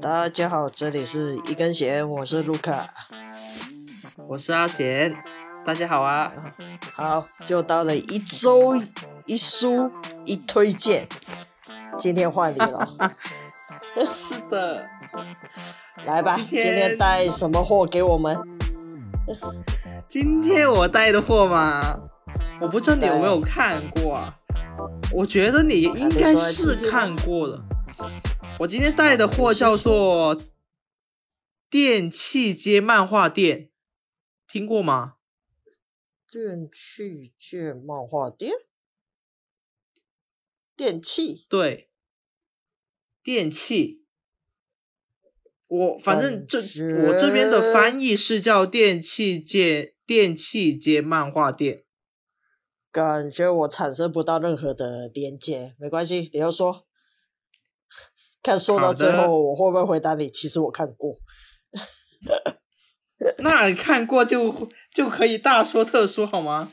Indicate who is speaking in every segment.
Speaker 1: 大家好，这里是一根弦，我是卢卡。
Speaker 2: 我是阿贤，大家好啊！
Speaker 1: 好，又到了一周一书一推荐，今天换你 了，
Speaker 2: 是的，
Speaker 1: 来吧，
Speaker 2: 今
Speaker 1: 今
Speaker 2: 天
Speaker 1: 天带什么货给我们？
Speaker 2: 今天我带的货嘛，我不知道你有没有看过啊？我觉得你应该是看过的。我今天带的货叫做电器街漫画店，听过吗？
Speaker 1: 电器界漫画店，电器
Speaker 2: 对，电器。我反正
Speaker 1: 感
Speaker 2: 这
Speaker 1: 觉
Speaker 2: 我这边的翻译是叫电器街电器街漫画店。
Speaker 1: 感觉我产生不到任何的连接，没关系，你要说，看说到
Speaker 2: 好的
Speaker 1: 最后我会不会回答你？其实我看过，
Speaker 2: 那你看过就就可以大说特说好吗？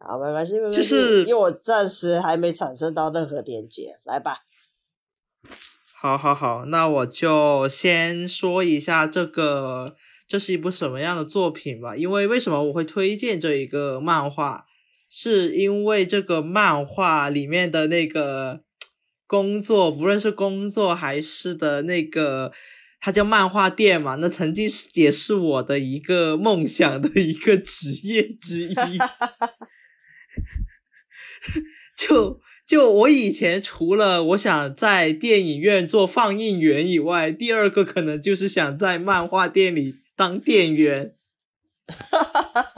Speaker 1: 好，没关系，没关系，
Speaker 2: 就是
Speaker 1: 因为我暂时还没产生到任何连接，来吧。
Speaker 2: 好好好，那我就先说一下这个这是一部什么样的作品吧。因为为什么我会推荐这一个漫画，是因为这个漫画里面的那个工作，不论是工作还是的那个，它叫漫画店嘛，那曾经是也是我的一个梦想的一个职业之一。就就我以前除了我想在电影院做放映员以外，第二个可能就是想在漫画店里当店员，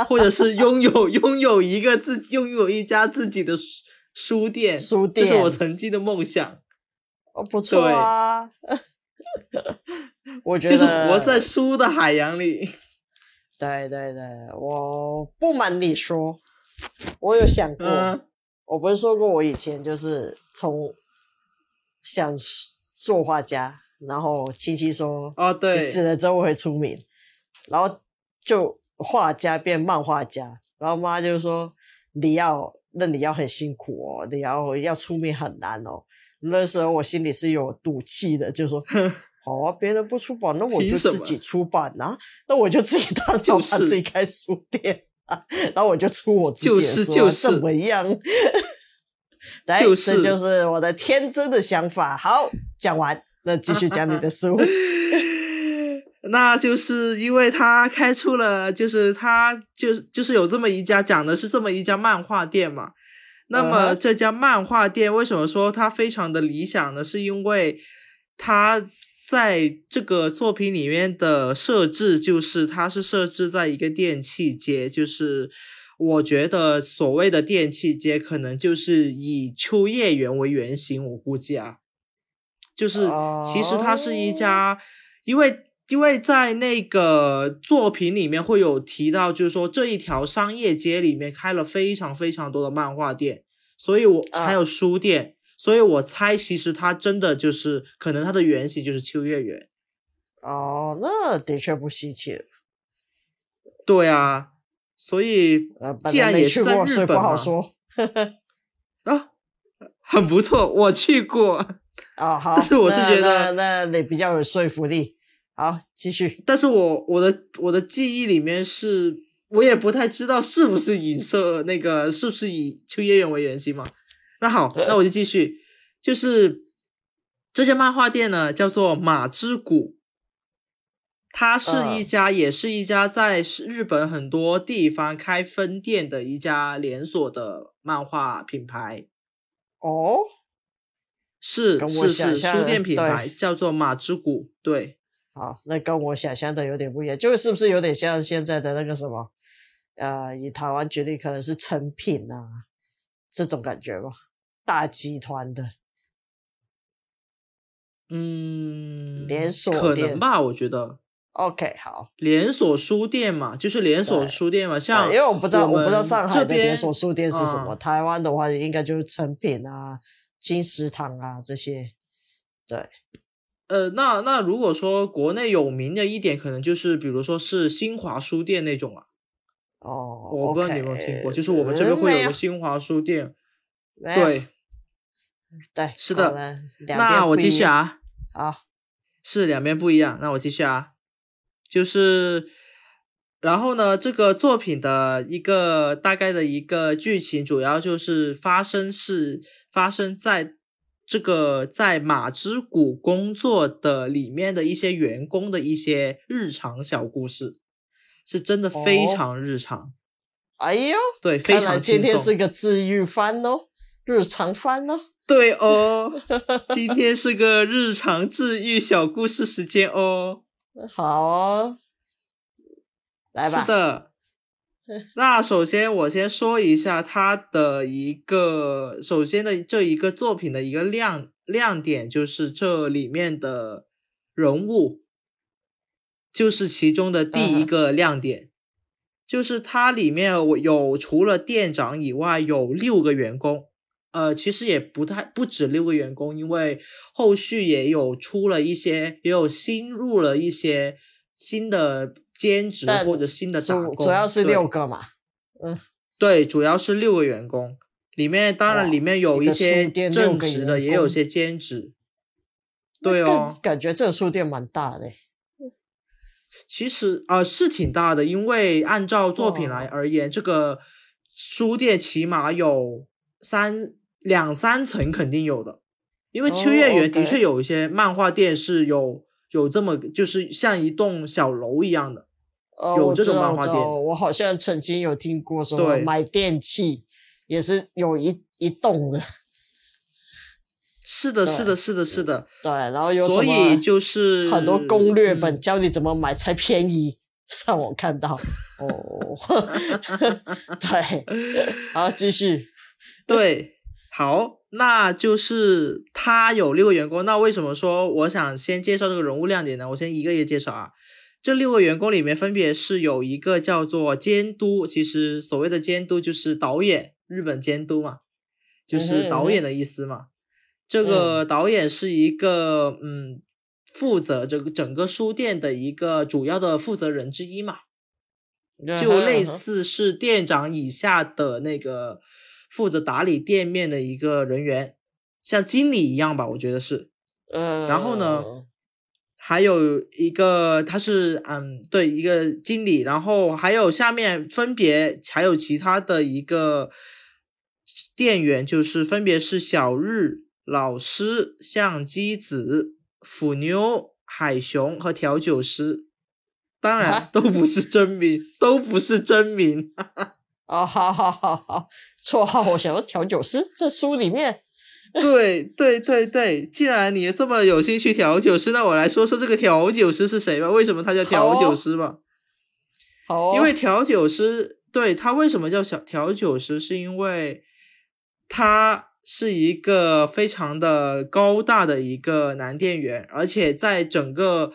Speaker 2: 或者是拥有拥有一个自己拥有一家自己的书书店，
Speaker 1: 书
Speaker 2: 这是
Speaker 1: 店
Speaker 2: 我曾经的梦想，
Speaker 1: 哦，不错啊。 我觉
Speaker 2: 就
Speaker 1: 得哦
Speaker 2: 是活在书的海洋里。
Speaker 1: 对对对，我不瞒你说，我有想过，
Speaker 2: 嗯，
Speaker 1: 我不是说过我以前就是从想做画家，然后亲戚说
Speaker 2: 哦对
Speaker 1: 你，死了之后会出名，然后就画家变漫画家，然后妈就说你要那你要很辛苦哦，你要要出名很难哦。那时候我心里是有赌气的，就 说好啊，别人不出版，那我
Speaker 2: 凭
Speaker 1: 就
Speaker 2: 什
Speaker 1: 自
Speaker 2: 么
Speaker 1: 己出版啊，那我就自己当老板，
Speaker 2: 就是
Speaker 1: 自己开书店啊，然后我就出我自己的
Speaker 2: 就是
Speaker 1: 书、啊，
Speaker 2: 就是
Speaker 1: 怎么 样？对，
Speaker 2: 就是
Speaker 1: 这就是我的天真的想法。好，讲完，那继续讲你的书。
Speaker 2: 那就是因为他开出了，就是他就是就是有这么一家讲的是这么一家漫画店嘛。那
Speaker 1: 嗯
Speaker 2: 么
Speaker 1: 哼
Speaker 2: 这家漫画店为什么说它非常的理想呢？是因为它在这个作品里面的设置，就是它是设置在一个电器街，就是我觉得所谓的电器街，可能就是以秋叶原为原型，我估计啊，就是其实它是
Speaker 1: 哦
Speaker 2: 一家，因为因为在那个作品里面会有提到，就是说这一条商业街里面开了非常非常多的漫画店，所以我
Speaker 1: 啊
Speaker 2: 还有书店，所以我猜其实它真的就是可能它的原型就是秋叶原。
Speaker 1: 哦，那的确不稀奇了。
Speaker 2: 对啊，所以
Speaker 1: 呃，本
Speaker 2: 既
Speaker 1: 来
Speaker 2: 然
Speaker 1: 没
Speaker 2: 也
Speaker 1: 去
Speaker 2: 是在
Speaker 1: 过，所
Speaker 2: 日
Speaker 1: 以不
Speaker 2: 本
Speaker 1: 好
Speaker 2: 嘛，
Speaker 1: 说。
Speaker 2: 啊， 很不错，我去过。
Speaker 1: 啊、好，
Speaker 2: 但是我是觉
Speaker 1: 那
Speaker 2: 得
Speaker 1: 那那你比较有说服力。好，继续。
Speaker 2: 但是我我的我的记忆里面是，我也不太知道是不是影射那个是不是以秋叶原为原型嘛。那好，那我就继续，就是这家漫画店呢叫做马之谷，它是一
Speaker 1: 嗯
Speaker 2: 家、也是一家在日本很多地方开分店的一家连锁的漫画品牌。
Speaker 1: 哦，
Speaker 2: 是
Speaker 1: 跟我
Speaker 2: 是
Speaker 1: 想
Speaker 2: 是，
Speaker 1: 象
Speaker 2: 书
Speaker 1: 的
Speaker 2: 店品
Speaker 1: 对
Speaker 2: 牌叫做马之谷，对，
Speaker 1: 好，那跟我想象的有点不一样，就是不是有点像现在的那个什么，呃，以台湾举例，可能是成品啊这种感觉吧，大集团的。
Speaker 2: 嗯，
Speaker 1: 连锁
Speaker 2: 可
Speaker 1: 店
Speaker 2: 能吧，我觉得，
Speaker 1: OK，好，
Speaker 2: 连锁书店嘛，就是连锁
Speaker 1: 对哎
Speaker 2: 书店嘛，
Speaker 1: 对
Speaker 2: 像
Speaker 1: 因为我不知道，我不知道
Speaker 2: 们
Speaker 1: 上海
Speaker 2: 这
Speaker 1: 的连
Speaker 2: 边
Speaker 1: 锁书店是什么，
Speaker 2: 嗯
Speaker 1: 台湾的话应该就是成品啊、金石堂啊这些。对，
Speaker 2: 呃，那那如果说国内有名的一点，可能就是比如说是新华书店那种啊，
Speaker 1: 哦，
Speaker 2: 我不知道你有没有听过，就是我们这边会有
Speaker 1: 啊
Speaker 2: 个新华书店，
Speaker 1: 对
Speaker 2: 对，
Speaker 1: 对，
Speaker 2: 是
Speaker 1: 好
Speaker 2: 的
Speaker 1: 哎了两边
Speaker 2: 那我
Speaker 1: 不
Speaker 2: 继
Speaker 1: 一
Speaker 2: 续
Speaker 1: 样
Speaker 2: 啊，
Speaker 1: 啊，
Speaker 2: 是两边不一样。那我继续啊，就是，然后呢，这个作品的一个大概的一个剧情，主要就是发生是发生在这个在马之谷工作的里面的一些员工的一些日常小故事，是真的非
Speaker 1: 哦
Speaker 2: 常日常，
Speaker 1: 哎呦，
Speaker 2: 对，非
Speaker 1: 看来
Speaker 2: 常轻
Speaker 1: 今
Speaker 2: 松。
Speaker 1: 天是个治愈番哦，日常番哦。
Speaker 2: 对哦， 今天是个日常治愈小故事时间哦。
Speaker 1: 好哦，来吧。
Speaker 2: 是的。那首先我先说一下它的一个，首先的这一个作品的一个亮亮点就是这里面的人物，就是其中的第
Speaker 1: 嗯
Speaker 2: 一
Speaker 1: 哼
Speaker 2: 个亮点，就是它里面我有除了店长以外有六个员工，呃，其实也不太不止六个员工，因为后续也有出了一些，也有新入了一些新的兼职
Speaker 1: 但
Speaker 2: 或者新的打
Speaker 1: 主
Speaker 2: 工，
Speaker 1: 主要是
Speaker 2: 对
Speaker 1: 六个嘛，
Speaker 2: 对，主要是六个员工，里面当然
Speaker 1: 哇
Speaker 2: 里面有
Speaker 1: 一个
Speaker 2: 些
Speaker 1: 书店
Speaker 2: 正
Speaker 1: 六个
Speaker 2: 职的，
Speaker 1: 员
Speaker 2: 也有
Speaker 1: 工
Speaker 2: 些兼职。
Speaker 1: 那
Speaker 2: 对
Speaker 1: 感
Speaker 2: 哦
Speaker 1: 感觉这个书店蛮大的欸。
Speaker 2: 其实啊、呃是挺大的，因为按照作品来
Speaker 1: 哇
Speaker 2: 而言，这个书店起码有三两三层肯定有的，因为秋
Speaker 1: 哦
Speaker 2: 叶原的
Speaker 1: ，OK
Speaker 2: 确有一些漫画店是有有这么就是像一栋小楼一样的，
Speaker 1: 哦，
Speaker 2: 有
Speaker 1: 我
Speaker 2: 这
Speaker 1: 知
Speaker 2: 种
Speaker 1: 道
Speaker 2: 漫
Speaker 1: 我
Speaker 2: 画
Speaker 1: 知道
Speaker 2: 店
Speaker 1: 我好像曾经有听过什么
Speaker 2: 对
Speaker 1: 买电器，也是有一一栋的，
Speaker 2: 是的，是的，是的，是的，
Speaker 1: 对，然后有什
Speaker 2: 所
Speaker 1: 么
Speaker 2: 以就是
Speaker 1: 很多攻略
Speaker 2: 嗯
Speaker 1: 本教你怎么买才便宜，上网看 到哦， 对，好继续，
Speaker 2: 对，好，那就是他有六个员工。那为什么说我想先介绍这个人物亮点呢？我先一个一个介绍啊。这六个员工里面分别是有一个叫做监督，其实所谓的监督就是导演，日本监督嘛，就
Speaker 1: 嗯
Speaker 2: 是
Speaker 1: 哼嗯
Speaker 2: 导演的意思嘛。这个导演是一个嗯，负责这个整个书店的一个主要的负责人之一嘛。
Speaker 1: 嗯
Speaker 2: 就类似是店长以下的那个负责打理店面的一个人员，像经理一样吧，我觉得是。
Speaker 1: 嗯，
Speaker 2: 然后呢
Speaker 1: 嗯，
Speaker 2: 还有一个他是嗯，对，一个经理，然后还有下面分别还有其他的一个店员，就是分别是小日、老师、相机子、腐妞、海熊和调酒师。当然
Speaker 1: 啊
Speaker 2: 都不是真名，都不是真名。
Speaker 1: 哦，好好好好，绰号我想要调酒师，这书里面
Speaker 2: 对对对对，既然你这么有兴趣调酒师，那我来说说这个调酒师是谁吧。为什么他叫调
Speaker 1: 好
Speaker 2: 酒
Speaker 1: 哦
Speaker 2: 师吧？
Speaker 1: 好、哦，
Speaker 2: 因为调酒师对他为什么叫小调酒师，是因为他是一个非常的高大的一个男店员，而且在整个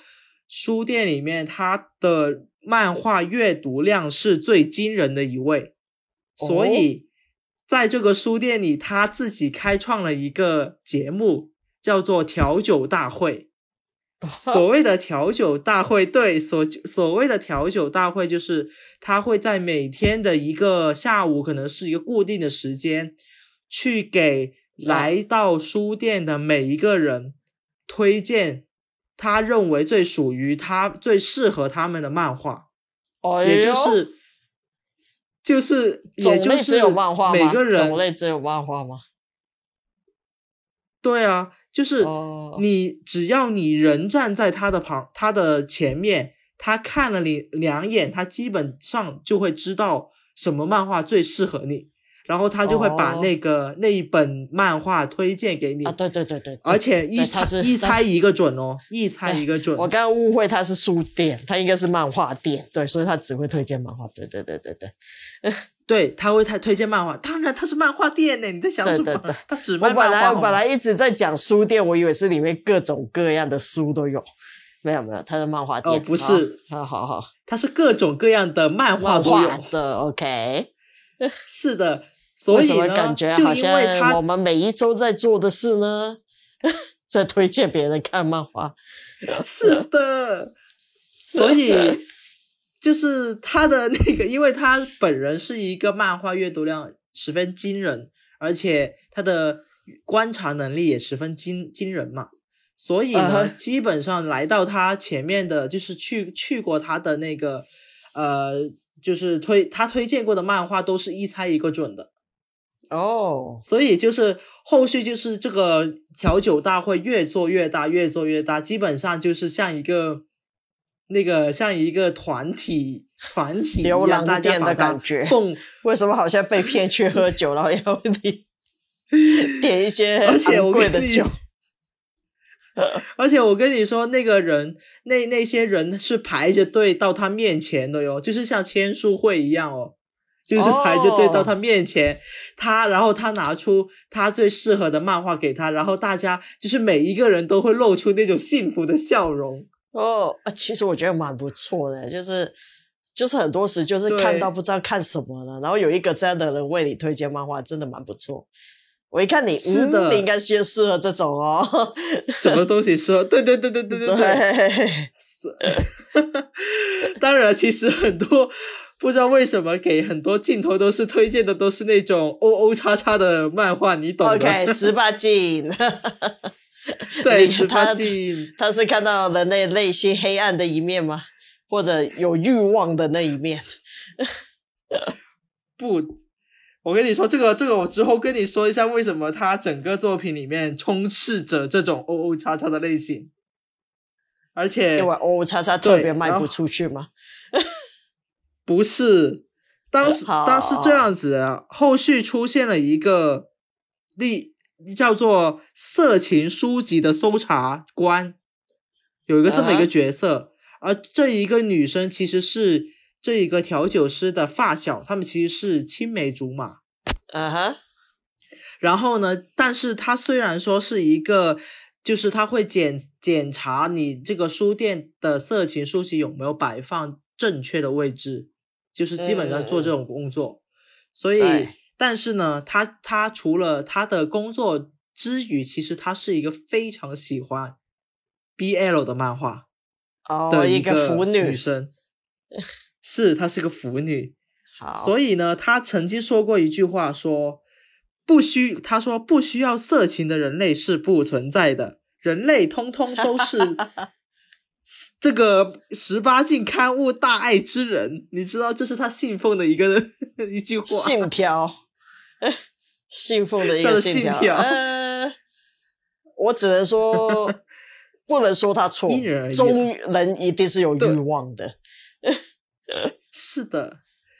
Speaker 2: 书店里面，他的漫画阅读量是最惊人的一位，所
Speaker 1: 哦
Speaker 2: 以在这个书店里，他自己开创了一个节目，叫做调酒大会。 所谓的调酒大会，对，所所谓的调酒大会就是他会在每天的一个下午，可能是一个固定的时间，去给
Speaker 1: 啊
Speaker 2: 来到书店的每一个人推荐他认为最属于他、最适合他们的漫画，
Speaker 1: 哦，
Speaker 2: 也就是就是也
Speaker 1: 种
Speaker 2: 就
Speaker 1: 类只
Speaker 2: 是
Speaker 1: 有漫画吗？
Speaker 2: 每个人
Speaker 1: 种类只有漫画吗？
Speaker 2: 对啊，就是
Speaker 1: 哦
Speaker 2: 你只要你人站在他的旁，他的前面，他看了你两眼，他基本上就会知道什么漫画最适合你，然后他就会把
Speaker 1: 哦
Speaker 2: 那个、那一本漫画推荐给你，
Speaker 1: 啊，对对对对，对
Speaker 2: 而且一
Speaker 1: 对
Speaker 2: 猜
Speaker 1: 他是
Speaker 2: 一
Speaker 1: 他
Speaker 2: 猜
Speaker 1: 是
Speaker 2: 一个准哦， 一猜
Speaker 1: 对
Speaker 2: 一个准。
Speaker 1: 我刚刚误会它是书店，它应该是漫画店，对，所以它只会推荐漫画。对对对对对，
Speaker 2: 对，他会他推荐漫画，当然他是漫画店呢，你在想
Speaker 1: 对
Speaker 2: 什么？
Speaker 1: 对对
Speaker 2: 他只卖
Speaker 1: 我
Speaker 2: 漫
Speaker 1: 本
Speaker 2: 画
Speaker 1: 来
Speaker 2: 好
Speaker 1: 我
Speaker 2: 吗。
Speaker 1: 本来一直在讲书店，我以为是里面各种各样的书都有，没有没有，它是漫画店。
Speaker 2: 哦不是
Speaker 1: 好，好好好，
Speaker 2: 他是各种各样的漫画
Speaker 1: 漫
Speaker 2: 都有
Speaker 1: 画，的 OK。
Speaker 2: 是的，所
Speaker 1: 为
Speaker 2: 以
Speaker 1: 什么
Speaker 2: 呢，
Speaker 1: 感觉
Speaker 2: 就
Speaker 1: 好
Speaker 2: 因为他
Speaker 1: 像我们每一周在做的事呢？ 在推荐别人看漫画。
Speaker 2: 是的，所以就是他的那个，因为他本人是一个漫画阅读量十分惊人，而且他的观察能力也十分惊惊人嘛，所以呢，
Speaker 1: 嗯哼
Speaker 2: 基本上来到他前面的，就是去去过他的那个，呃，就是推他推荐过的漫画，都是一猜一个准的。
Speaker 1: 哦，
Speaker 2: 所以就是后续就是这个调酒大会越做越大，越做越大，基本上就是像一个那个像一个团体团体一
Speaker 1: 牛
Speaker 2: 样，
Speaker 1: 郎
Speaker 2: 大家
Speaker 1: 店
Speaker 2: 把
Speaker 1: 的
Speaker 2: 它
Speaker 1: 感觉
Speaker 2: 奉
Speaker 1: 为什么好像被骗去喝酒，然后要 你点一 些
Speaker 2: 而且
Speaker 1: 昂
Speaker 2: 我
Speaker 1: 贵
Speaker 2: 跟
Speaker 1: 的
Speaker 2: 你
Speaker 1: 酒？
Speaker 2: 而且我跟你说，那个人，那那些人是排着队到他面前的哟，就是像签书会一样哦，就是排着队到他面前，他然后他拿出他最适合的漫画给他，然后大家就是每一个人都会露出那种幸福的笑容。
Speaker 1: 哦，啊其实我觉得蛮不错的，就是就是很多时就是看到
Speaker 2: 对
Speaker 1: 不知道看什么了，然后有一个这样的人为你推荐漫画，真的蛮不错。我一看你，
Speaker 2: 是的
Speaker 1: 嗯，你应该先适合这种哦。
Speaker 2: 什么东西说？对对对对对 对对。
Speaker 1: 对，
Speaker 2: 是，当然，其实很多不知道为什么给很多镜头都是推荐的都是那种 O O 叉叉的漫画，你懂的。
Speaker 1: OK，十八禁。
Speaker 2: 对，
Speaker 1: 你
Speaker 2: 十八
Speaker 1: 他
Speaker 2: 禁。
Speaker 1: 他是看到人类内心黑暗的一面吗？或者有欲望的那一面？
Speaker 2: 不，我跟你说这个这个，我之后跟你说一下为什么他整个作品里面充斥着这种 O O 叉叉的类型，而且
Speaker 1: 因为哦 O 叉叉特
Speaker 2: 对
Speaker 1: 别卖
Speaker 2: 然
Speaker 1: 不
Speaker 2: 后
Speaker 1: 出去吗？
Speaker 2: 不是，当时
Speaker 1: 好
Speaker 2: 当时这样子的，后续出现了一个例叫做色情书籍的搜查官，有一个这么一
Speaker 1: 啊
Speaker 2: 个角色，而这一个女生其实是这一个调酒师的发小，他们其实是青梅竹马。
Speaker 1: 啊哈，
Speaker 2: 然后呢，但是它虽然说是一个，就是它会检检查你这个书店的色情书籍有没有摆放正确的位置，就是基本上做这种工作。所
Speaker 1: 嗯
Speaker 2: 以
Speaker 1: 对，
Speaker 2: 但是呢，他他除了他的工作之余，其实他是一个非常喜欢 BL 的漫画。
Speaker 1: 哦，
Speaker 2: 的
Speaker 1: 一
Speaker 2: 个
Speaker 1: 腐
Speaker 2: 女
Speaker 1: 女，
Speaker 2: 生，是她是个腐女，
Speaker 1: 好，
Speaker 2: 所以呢，她曾经说过一句话说，不需她说不需要色情的人类是不存在的，人类通通都 是这个十八禁刊物大爱之人，你知道这是她信奉的一个 一句话，
Speaker 1: 信 条，信奉的一
Speaker 2: 他
Speaker 1: 个
Speaker 2: 的
Speaker 1: 信
Speaker 2: 信
Speaker 1: 条。
Speaker 2: 条
Speaker 1: 呃，我只能 说，不能说他错
Speaker 2: 因人而，异
Speaker 1: 中人一定是有
Speaker 2: 对
Speaker 1: 欲望的。
Speaker 2: 是的，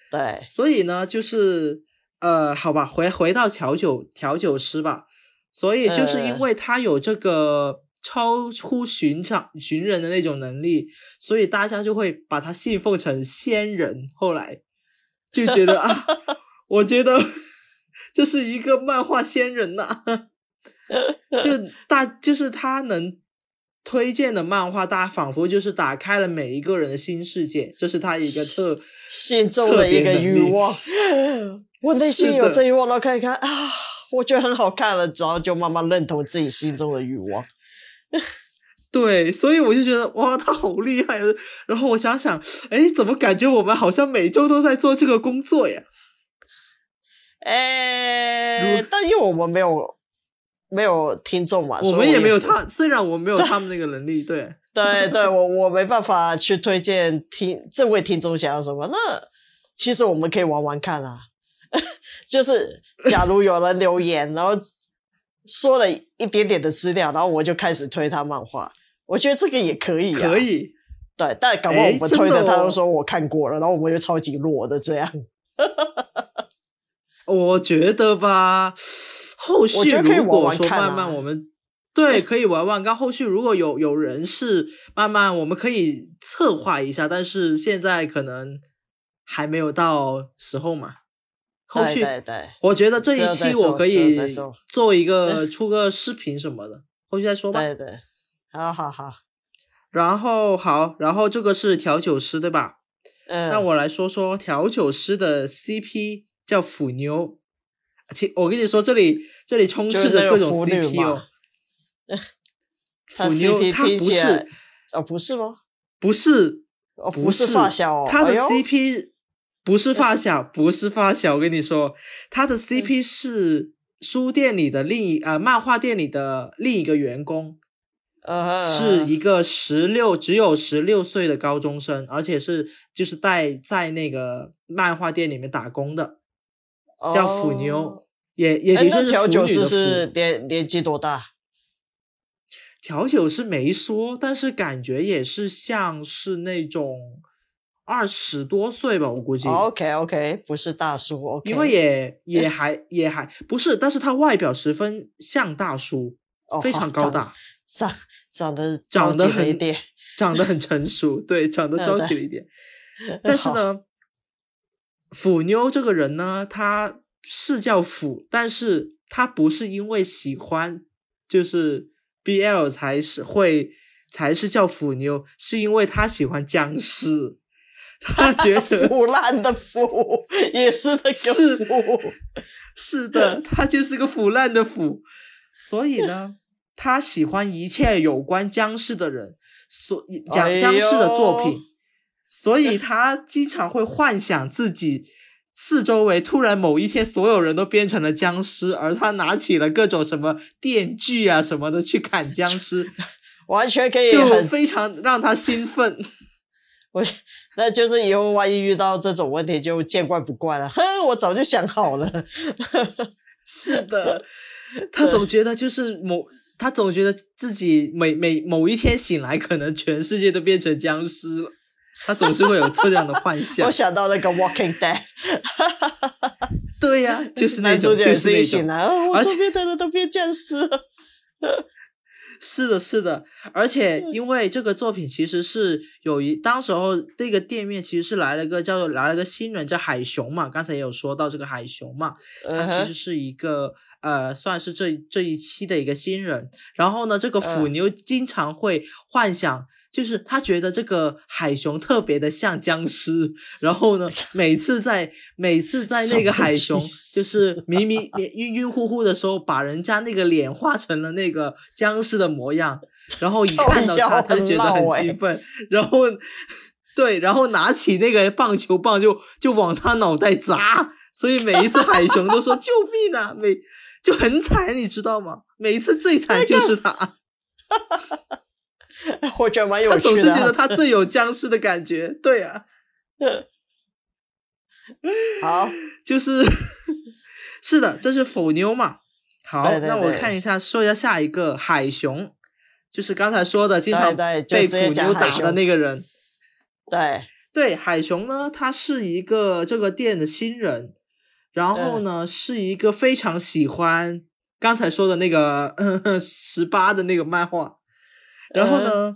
Speaker 1: 对，
Speaker 2: 所以呢，就是呃，好吧，回回到调酒调酒师吧。所以就是因
Speaker 1: 呃
Speaker 2: 为他有这个超乎寻常寻人的那种能力，所以大家就会把他信奉成仙人。后来就觉得 啊，我觉得这是一个漫画仙人呐、 就大就是他能。推荐的漫画，大家仿佛就是打开了每一个人的新世界，这是他一个特
Speaker 1: 心中
Speaker 2: 特
Speaker 1: 的一
Speaker 2: 别
Speaker 1: 个
Speaker 2: 能
Speaker 1: 欲
Speaker 2: 力
Speaker 1: 望， 我内
Speaker 2: 是
Speaker 1: 心有
Speaker 2: 的
Speaker 1: 这欲望，然后看一看啊，我觉得很好看了，然后就慢慢认同自己心中的欲望。
Speaker 2: 对，所以我就觉得哇，他好厉害。啊然后我想想，哎，怎么感觉我们好像每周都在做这个工作呀？
Speaker 1: 哎
Speaker 2: 如，
Speaker 1: 但因为我们没有没有听众嘛，
Speaker 2: 我
Speaker 1: 啊所以
Speaker 2: 们也没有
Speaker 1: 不
Speaker 2: 他，虽然我没有他们那个能力，对，
Speaker 1: 对对，我我没办法去推荐听这位听众想要什么。那其实我们可以玩玩看啊， 就是假如有人留言，然后说了一点点的资料，然后我就开始推他漫画，我觉得这个也可以、啊，
Speaker 2: 可。以。
Speaker 1: 对，但搞不好我
Speaker 2: 诶
Speaker 1: 们
Speaker 2: 真
Speaker 1: 推
Speaker 2: 的
Speaker 1: 的他都
Speaker 2: 哦
Speaker 1: 说我看过了，然后我们又超级弱的这样，
Speaker 2: 我觉得吧，后
Speaker 1: 我
Speaker 2: 续
Speaker 1: 觉得可以
Speaker 2: 如果
Speaker 1: 玩玩
Speaker 2: 说
Speaker 1: 看
Speaker 2: 慢慢
Speaker 1: 啊
Speaker 2: 我们对可以玩玩看，后续如果有有人是慢慢我们可以策划一下，但是现在可能还没有到时候嘛。后
Speaker 1: 对
Speaker 2: 续
Speaker 1: 对对，
Speaker 2: 我觉得这一
Speaker 1: 之后
Speaker 2: 期
Speaker 1: 再
Speaker 2: 我
Speaker 1: 说
Speaker 2: 可
Speaker 1: 之后
Speaker 2: 以
Speaker 1: 再说哎
Speaker 2: 做一个出个视频什么的，后续再说吧。
Speaker 1: 对对，好好好，
Speaker 2: 然后好，然后这个是调酒师对吧？
Speaker 1: 嗯，
Speaker 2: 那我来说说调酒师的 CP 叫腐妞，其我跟你说这里这里充
Speaker 1: 就
Speaker 2: 斥
Speaker 1: 是那
Speaker 2: 着
Speaker 1: 个
Speaker 2: 各种
Speaker 1: 腐女
Speaker 2: CP 哦
Speaker 1: 嘛。
Speaker 2: 腐
Speaker 1: 他
Speaker 2: 妞
Speaker 1: CP
Speaker 2: 她
Speaker 1: 听
Speaker 2: 不
Speaker 1: 起来
Speaker 2: 是
Speaker 1: 哦，不是吗？
Speaker 2: 不是
Speaker 1: 哦，
Speaker 2: 不
Speaker 1: 是发小哦，
Speaker 2: 他的
Speaker 1: 哎呦
Speaker 2: CP 不是发小，不是发小。我跟你说，他
Speaker 1: 嗯
Speaker 2: 的 CP 是书店里的另一呃漫画店里的另一个员工，
Speaker 1: 呃，
Speaker 2: 是一个十六只有十六岁的高中生，而且是就是在在那个漫画店里面打工的，叫腐妞，
Speaker 1: 哦
Speaker 2: 也也
Speaker 1: 哎
Speaker 2: 的确
Speaker 1: 那
Speaker 2: 是
Speaker 1: 调
Speaker 2: 腐
Speaker 1: 酒
Speaker 2: 女
Speaker 1: 师
Speaker 2: 的
Speaker 1: 是
Speaker 2: 腐。
Speaker 1: 年年纪多大？
Speaker 2: 调酒师没说，但是感觉也是像是那种二十多岁吧，我估计。
Speaker 1: OK OK，不哦是大叔，OK，
Speaker 2: 因 为也也还也还不是，但是他外表十分像大叔，
Speaker 1: 哦
Speaker 2: 非
Speaker 1: 好
Speaker 2: 常高
Speaker 1: 长
Speaker 2: 大，
Speaker 1: 长长得
Speaker 2: 长
Speaker 1: 着
Speaker 2: 得
Speaker 1: 急了一
Speaker 2: 很
Speaker 1: 点，
Speaker 2: 长得 很成熟，对，长得
Speaker 1: 嗯
Speaker 2: 着
Speaker 1: 对嗯
Speaker 2: 急了一点。 但是
Speaker 1: 好，
Speaker 2: 呢，腐妞这个人呢，她是叫腐，但是她不是因为喜欢就是 BL 才是会才是叫腐妞，是因为她喜欢僵尸， 她觉得
Speaker 1: 腐烂的腐也是那个
Speaker 2: 是
Speaker 1: 腐，
Speaker 2: 是的，他就是个腐烂的腐。所以呢，他喜欢一切有关僵尸的人，所以
Speaker 1: 哎
Speaker 2: 讲
Speaker 1: 呦
Speaker 2: 僵尸的作品。所以他经常会幻想自己四周围突然某一天所有人都变成了僵尸，而他拿起了各种什么电锯啊什么的去砍僵 尸，
Speaker 1: 完全可以
Speaker 2: 就
Speaker 1: 很，
Speaker 2: 非常让他兴奋。
Speaker 1: 我那就是以后万一遇到这种问题就见怪不怪了。哼，我早就想好了，
Speaker 2: 是 的，他总觉得就是某，他总觉得自己每每某一天醒来，可能全世界都变成僵尸了。他总是会有这样的 幻想
Speaker 1: 我。想到那个 Walking Dead，
Speaker 2: 对 呀、就是 那
Speaker 1: 男主
Speaker 2: 种，
Speaker 1: 角
Speaker 2: 就
Speaker 1: 也
Speaker 2: 是
Speaker 1: 是一
Speaker 2: 那
Speaker 1: 醒
Speaker 2: 种。
Speaker 1: 来，啊，我
Speaker 2: 而且
Speaker 1: 周边的人都变僵尸 了。
Speaker 2: 是的，是的，而且因为这个作品其实是有一，当时候那个店面其实是来了个叫做来了个新人叫海熊嘛，刚才也有说到这个海熊嘛，他
Speaker 1: 嗯
Speaker 2: 啊其
Speaker 1: 哼
Speaker 2: 实是一个呃，算是这这一期的一个新人。然后呢，这个腐
Speaker 1: 嗯
Speaker 2: 牛经常会幻想，就是他觉得这个海熊特别的像僵尸。然后呢，每次在每次在
Speaker 1: 哎什
Speaker 2: 那个
Speaker 1: 么
Speaker 2: 海
Speaker 1: 意
Speaker 2: 熊 就
Speaker 1: 思
Speaker 2: 是迷迷迷晕晕乎乎的时候，把人家那个脸画成了那个僵尸的模样。然后一
Speaker 1: 靠
Speaker 2: 看到
Speaker 1: 腰
Speaker 2: 他，他就
Speaker 1: 很
Speaker 2: 觉得
Speaker 1: 闹
Speaker 2: 很
Speaker 1: 欸
Speaker 2: 兴奋，然后对，然后拿起那个棒球棒就就往他脑袋砸，所以每一次海熊都说救命啊，每就很惨，你知道吗？每一次最惨就是 他，
Speaker 1: 哎嗯我觉得蛮
Speaker 2: 他
Speaker 1: 有
Speaker 2: 总
Speaker 1: 趣
Speaker 2: 是
Speaker 1: 的
Speaker 2: 觉
Speaker 1: 啊。
Speaker 2: 得他最有僵尸的感觉，对啊，
Speaker 1: 好，
Speaker 2: 就是 是的，这是否妞嘛？好，
Speaker 1: 对对
Speaker 2: 那我
Speaker 1: 对
Speaker 2: 看一下，说一下下一个海熊，就是刚才说的经常
Speaker 1: 对对
Speaker 2: 被
Speaker 1: 就直接
Speaker 2: 腐
Speaker 1: 讲
Speaker 2: 妞
Speaker 1: 海
Speaker 2: 打的
Speaker 1: 熊
Speaker 2: 那个人。
Speaker 1: 对，
Speaker 2: 对，海熊呢，他是一个这个店的新人，然
Speaker 1: 嗯
Speaker 2: 后呢，是一个非常喜欢刚才说的那个 十八的那个漫画，然后
Speaker 1: 嗯
Speaker 2: 呢，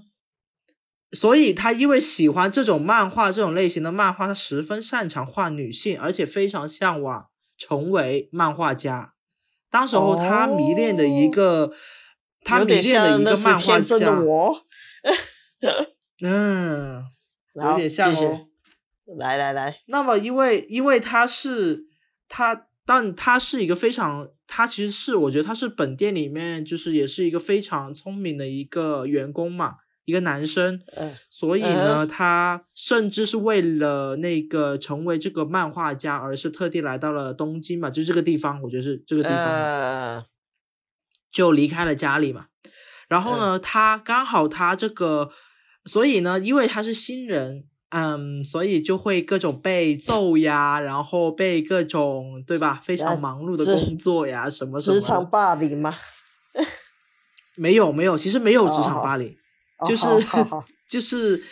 Speaker 2: 所以他因为喜欢这种漫画这种类型的漫画，他十分擅长画女性，而且非常向往成为漫画家。当时候他迷恋的一
Speaker 1: 哦
Speaker 2: 个，他
Speaker 1: 有
Speaker 2: 迷
Speaker 1: 点像
Speaker 2: 恋的一
Speaker 1: 那
Speaker 2: 个
Speaker 1: 是
Speaker 2: 漫画
Speaker 1: 天真
Speaker 2: 家，
Speaker 1: 的我。
Speaker 2: 嗯，有
Speaker 1: 好
Speaker 2: 点像
Speaker 1: 继续
Speaker 2: 哦。
Speaker 1: 来来来，
Speaker 2: 那么因为因为他是他，但他是一个非常，他其实是我觉得他是本店里面就是也是一个非常聪明的一个员工嘛，一个男生，
Speaker 1: 嗯
Speaker 2: 所以
Speaker 1: 嗯
Speaker 2: 呢，他甚至是为了那个成为这个漫画家，而是特地来到了东京嘛，就这个地方，我觉得是这个地方嘛。
Speaker 1: 呃，
Speaker 2: 就离开了家里嘛。然
Speaker 1: 嗯
Speaker 2: 后呢，他刚好他这个，所以呢，因为他是新人，嗯，所以就会各种被揍呀，然后被各种对吧，非
Speaker 1: 啊
Speaker 2: 常忙碌的
Speaker 1: 职
Speaker 2: 工作呀，什么什么
Speaker 1: 职
Speaker 2: 的
Speaker 1: 场霸凌嘛，
Speaker 2: 没有没有，其实没有职
Speaker 1: 哦
Speaker 2: 场
Speaker 1: 好
Speaker 2: 霸凌，
Speaker 1: 哦
Speaker 2: 就是、
Speaker 1: 好 好好
Speaker 2: 就是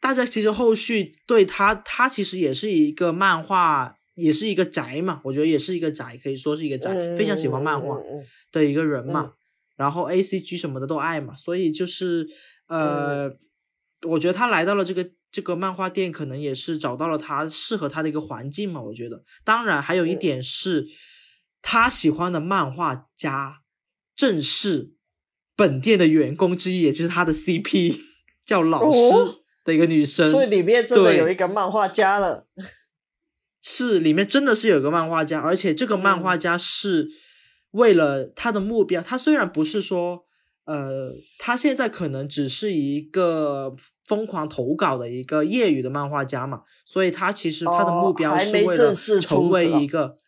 Speaker 2: 大家其实后续对他，他其实也是一个漫画，也是一个宅嘛，我觉得也是一个宅，可以说是一个宅，非常喜欢漫画。
Speaker 1: 嗯嗯嗯嗯
Speaker 2: 的一个人嘛，
Speaker 1: 嗯
Speaker 2: 然后 A C G 什么的都爱嘛，所以就是呃，
Speaker 1: 嗯
Speaker 2: 我觉得他来到了这个这个漫画店，可能也是找到了他适合他的一个环境嘛。我觉得，当然还有一
Speaker 1: 嗯
Speaker 2: 点是，他喜欢的漫画家正是本店的员工之一，也就是他的 C P，叫 老师
Speaker 1: 哦
Speaker 2: 的一个女生。
Speaker 1: 所以里面真的
Speaker 2: 对
Speaker 1: 有一个漫画家了，
Speaker 2: 是里面真的是有个漫画家，而且这个漫
Speaker 1: 嗯
Speaker 2: 画家是为了他的目标，他虽然不是说，呃，他现在可能只是一个疯狂投稿的一个业余的漫画家嘛，所以他其实他的
Speaker 1: 哦
Speaker 2: 目标
Speaker 1: 还
Speaker 2: 是
Speaker 1: 没
Speaker 2: 为了
Speaker 1: 正式
Speaker 2: 成
Speaker 1: 出
Speaker 2: 为
Speaker 1: 道
Speaker 2: 一个，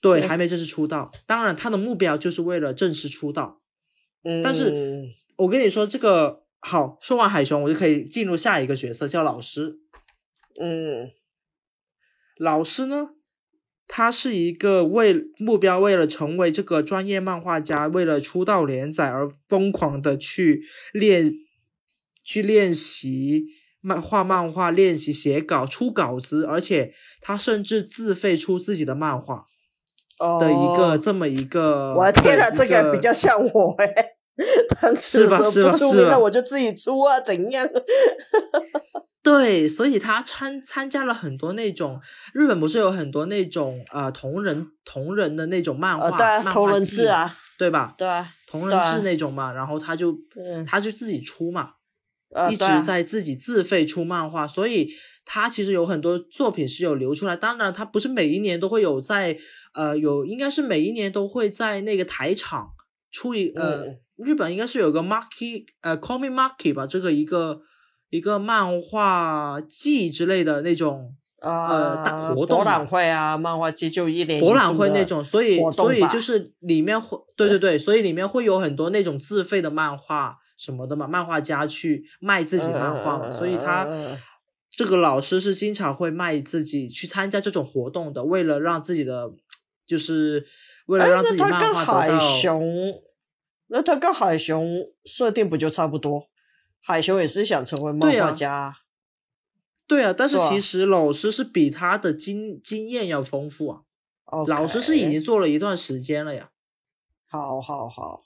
Speaker 2: 对，
Speaker 1: 嗯
Speaker 2: 还没正式出道。当然，他的目标就是为了正式出道，
Speaker 1: 嗯，
Speaker 2: 但是我跟你说，这个好说完海熊，我就可以进入下一个角色，叫老师。
Speaker 1: 嗯
Speaker 2: 老师呢，他是一个为目标为了成为这个专业漫画家，为了出道连载而疯狂的去练，去练习漫画漫画，练习写稿、出稿子，而且他甚至自费出自己的漫画
Speaker 1: 哦
Speaker 2: 的一个、这么一个。
Speaker 1: 我的天呐，
Speaker 2: 呐，
Speaker 1: 这个比较像我哎、欸。当时
Speaker 2: 是吧
Speaker 1: 说
Speaker 2: 是
Speaker 1: 不
Speaker 2: 吧
Speaker 1: 出
Speaker 2: 是
Speaker 1: 名，
Speaker 2: 吧
Speaker 1: 那我就自己出啊，怎样？
Speaker 2: 对，所以他参参加了很多那种日本不是有很多那种呃同人同人的那种漫画，
Speaker 1: 啊，对啊，
Speaker 2: 漫
Speaker 1: 头
Speaker 2: 画
Speaker 1: 文
Speaker 2: 季
Speaker 1: 字，啊，
Speaker 2: 对吧？
Speaker 1: 对啊，
Speaker 2: 同人
Speaker 1: 对啊
Speaker 2: 志那种嘛，然后他就
Speaker 1: 嗯
Speaker 2: 他就自己出嘛，
Speaker 1: 啊
Speaker 2: 一直
Speaker 1: 对啊
Speaker 2: 在自己自费出漫画，所以他其实有很多作品是有流出来。当然，他不是每一年都会有在呃有，应该是每一年都会在那个台场出一呃、
Speaker 1: 嗯
Speaker 2: 日本应该是有个 Marky 呃 Comic Marky 吧，这个一个一个漫画季之类的那种
Speaker 1: 啊，
Speaker 2: 大呃活
Speaker 1: 博
Speaker 2: 动
Speaker 1: 览
Speaker 2: 嘛
Speaker 1: 会啊，漫画季就一年
Speaker 2: 博
Speaker 1: 一
Speaker 2: 览
Speaker 1: 度
Speaker 2: 会
Speaker 1: 的
Speaker 2: 那种，所以
Speaker 1: 活
Speaker 2: 所
Speaker 1: 动
Speaker 2: 以
Speaker 1: 吧
Speaker 2: 就是里面会对对对，所以里面会有很多那种自费的漫画什么的嘛，漫画家去卖自己漫画嘛，所以他
Speaker 1: 嗯嗯嗯嗯
Speaker 2: 这个老师是经常会卖自己去参加这种活动的，为了让自己的就是为了
Speaker 1: 哎
Speaker 2: 让
Speaker 1: 那
Speaker 2: 自己
Speaker 1: 他
Speaker 2: 漫
Speaker 1: 跟
Speaker 2: 画
Speaker 1: 海
Speaker 2: 得到。
Speaker 1: 熊，那他跟海熊设定不就差不多？海熊也是想成为漫
Speaker 2: 对
Speaker 1: 画
Speaker 2: 啊
Speaker 1: 家啊、
Speaker 2: 对啊，但是
Speaker 1: 是吧
Speaker 2: 其实老师是比他的经经验要丰富啊，老师是已
Speaker 1: OK，
Speaker 2: 经做了一段时间了呀。
Speaker 1: 好好好，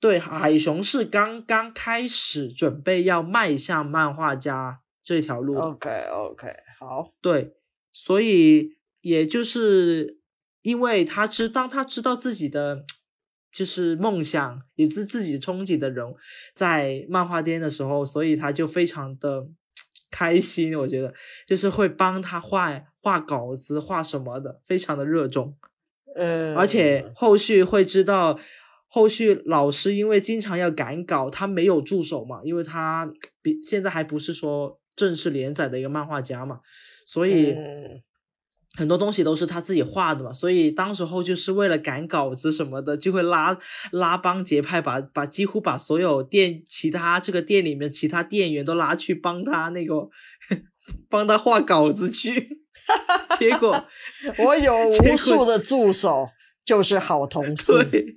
Speaker 2: 对，海熊是刚刚开始准备要迈向漫画家这条路的
Speaker 1: OK OK，好，
Speaker 2: 对，所以也就是因为他知，当他知道自己的就是梦想，也是自己憧憬的人在漫画店的时候，所以他就非常的开心，我觉得就是会帮他画画稿子、画什么的，非常的热衷。
Speaker 1: 嗯，
Speaker 2: 而且后续会知道，后续老师因为经常要赶稿，他没有助手嘛，因为他比现在还不是说正式连载的一个漫画家嘛，所以
Speaker 1: 嗯
Speaker 2: 很多东西都是他自己画的嘛，所以当时候就是为了赶稿子什么的，就会拉拉帮结派把，把几乎把所有店其他这个店里面其他店员都拉去帮他那个 帮他画稿子去， 结果
Speaker 1: 我有
Speaker 2: 结
Speaker 1: 无
Speaker 2: 果
Speaker 1: 数的助手，就是好同事。
Speaker 2: 对，